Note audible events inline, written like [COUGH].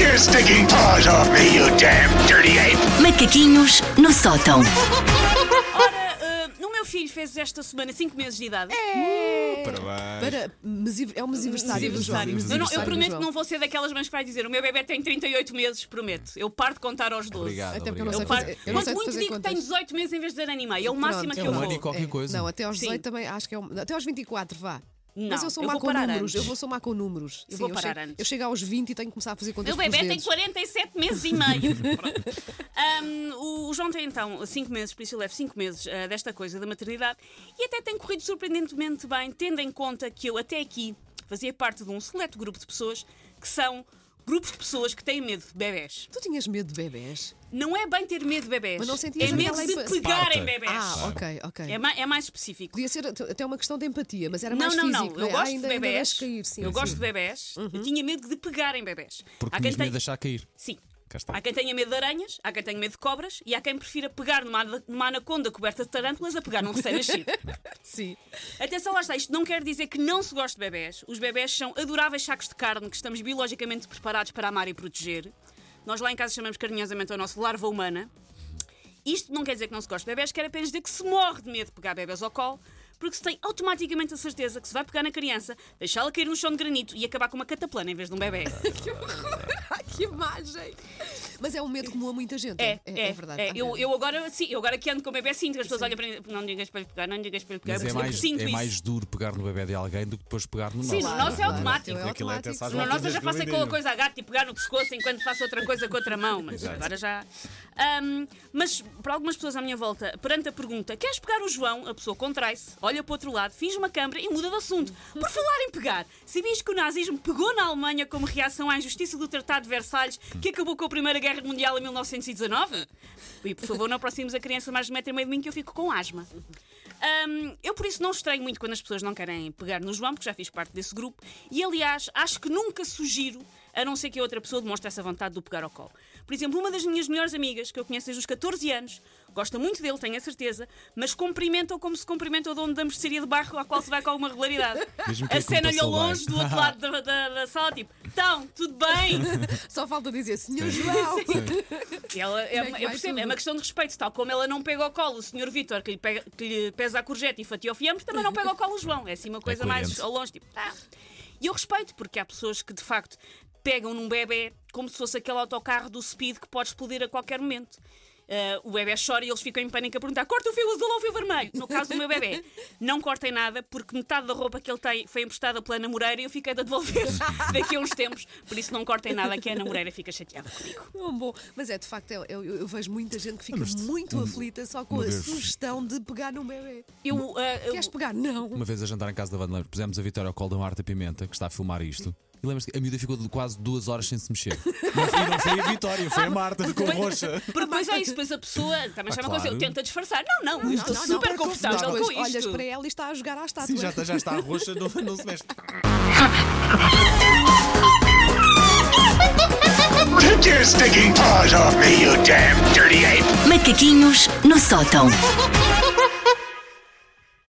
your stinking paws off me, you damn dirty ape! Macaquinhos no sótão. Ora, ah, o meu filho fez esta semana 5 meses de idade. É, Parabéns. Para, mesiv- é um mesiversário do João. Mesiversário. Eu, não- eu aniversário do prometo que não vou ser daquelas mães que vai dizer: o meu bebê tem 38 meses, prometo. Eu paro de contar aos 12. Obrigado. Até porque eu não obrigado. sei Eu paro. fazer- eu não Quanto sei muito fazer digo que contas. tenho 18 meses em vez de dar animais. É o máximo a Pronto, que é eu um vou. ano e qualquer coisa. Não, até aos Sim. 18 também, acho que é um, até aos 24 vá. Não, Mas eu sou eu má vou com parar números, antes. eu vou sou má com números. Eu vou eu parar chego, antes. Eu chego aos 20 e tenho que começar a fazer contas Meu com os bebê tem dedos. 47 meses e meio. Pronto. Ahm, o- o João tem então 5 meses, por isso eu levo 5 meses ah, desta coisa da maternidade e até tem corrido surpreendentemente bem, tendo em conta que eu até aqui fazia parte de um seleto grupo de pessoas que são grupos de pessoas que têm medo de bebés. Tu tinhas medo de bebés? Não é bem ter medo de bebés, Mas não sentias é medo aquela de empa- pegarem Parte. bebés. Ah, ok, ok. é, ma- é mais específico. Podia ser at- até uma questão de empatia, mas era Não, mais não, não. físico. Eu é? gosto Ah, ainda, de ainda bebés. deixo cair, sim. Uhum. eu sim. gosto de bebés. Eu tinha medo de pegarem bebés. Porque Há quem tinhas medo de tenha- achar cair. Sim. Cá está. Há quem tenha medo de aranhas, há quem tenha medo de cobras e há quem prefira pegar numa, numa anaconda coberta de tarântulas a pegar num [LAUGHS] recém-nascido. Sim. [LAUGHS] Atenção, lá está, isto não quer dizer que não se goste de bebés. Os bebés são adoráveis sacos de carne que estamos biologicamente preparados para amar e proteger. Nós lá em casa chamamos carinhosamente ao nosso larva humana. Isto não quer dizer que não se goste de bebés, quer apenas dizer que se morre de medo de pegar bebés ao colo, porque se tem automaticamente a certeza que se vai pegar na criança, deixá-la cair no chão de granito e acabar com uma cataplana em vez de um bebê. Ai, que imagem! Mas é um medo comum a muita gente. É, é, verdade. é. Ah, Eu, eu agora sim, eu agora que ando com o bebê sinto que as pessoas olham para mim, não digas para lhe pegar, não digas para lhe pegar, Mas é porque mais, sinto é isso. mais duro pegar no bebê de alguém do que depois pegar no nosso. Sim, no nosso é Claro, automático. claro, aquilo é até No Não, nosso eu já faço aquela coisa a gato e pegar no pescoço enquanto faço outra coisa com outra mão, mas agora já. Ahm, mas para algumas pessoas à minha volta, perante a pergunta, queres pegar o João? A pessoa contrai-se, olha para o outro lado, finge uma câmara e muda de assunto. Por falar em pegar, sabias que o nazismo pegou na Alemanha como reação à injustiça do Tratado de Versalhes que acabou com a Primeira Guerra Mundial em 1919? E por favor, não aproximes a criança mais de um metro e meio de mim que eu fico com asma. Hum, eu por isso não estranho muito quando as pessoas não querem pegar no João, porque já fiz parte desse grupo. E aliás, acho que nunca sugiro, a não ser que a outra pessoa demonstre essa vontade de o pegar ao colo. Por exemplo, uma das minhas melhores amigas, que eu conheço desde os 14 anos, gosta muito dele, tenho a certeza, mas cumprimenta-o como se cumprimenta o dono da mercearia de barro, à qual se vai com alguma regularidade. Diz-me que é que me Acena-lhe ao passou longe, do outro lado da, da- da sala, tipo, então, tudo bem? Só falta dizer, senhor João! E Ela, é, uma, Como é que eu vai percebo, tudo? é uma questão de respeito, tal como ela não pega ao colo o Sr. Vítor, que lhe, pega- que lhe pesa a corjeta e fatia o fiambre, também não pega ao colo o João. É assim uma coisa mais coerente. ao longe, tipo, ah. E eu respeito, porque há pessoas que de facto pegam num bebê como se fosse aquele autocarro do Speed que pode explodir a qualquer momento. Ah, o bebê chora e eles ficam em pânico a perguntar: corta o fio azul ou o fio vermelho? No caso do meu bebê, não cortem nada, porque metade da roupa que ele tem foi emprestada pela Ana Moreira e eu fiquei de a devolver [LAUGHS] daqui a uns tempos. Por isso, não cortem nada, que a Ana Moreira fica chateada comigo. Tão bom. Mas é, de facto, eu, eu- eu vejo muita gente que fica Mas, muito um- aflita só com meu a Deus. sugestão de pegar num bebê. Eu, ah, eu- Queres pegar? Não. Uma vez a jantar em casa da Vandeleur, pusemos a Vitória ao colo da Marta Pimenta, que está a filmar isto. E lembras-te que a miúda ficou de quase duas horas sem se mexer. Não foi, não foi a Vitória, foi a Marta, ficou [LAUGHS] roxa. Porque depois é isso, depois a pessoa também Ah, chama coisa, claro. eu tento disfarçar. Não, não, eu estou Não, não, super não, confortável depois com isto. Olhas para ela e está a jogar à estátua. Sim, já, está- já está roxa, não, não se mexe. Take your stinking paws off me, you damn dirty ape! Macaquinhos no sótão.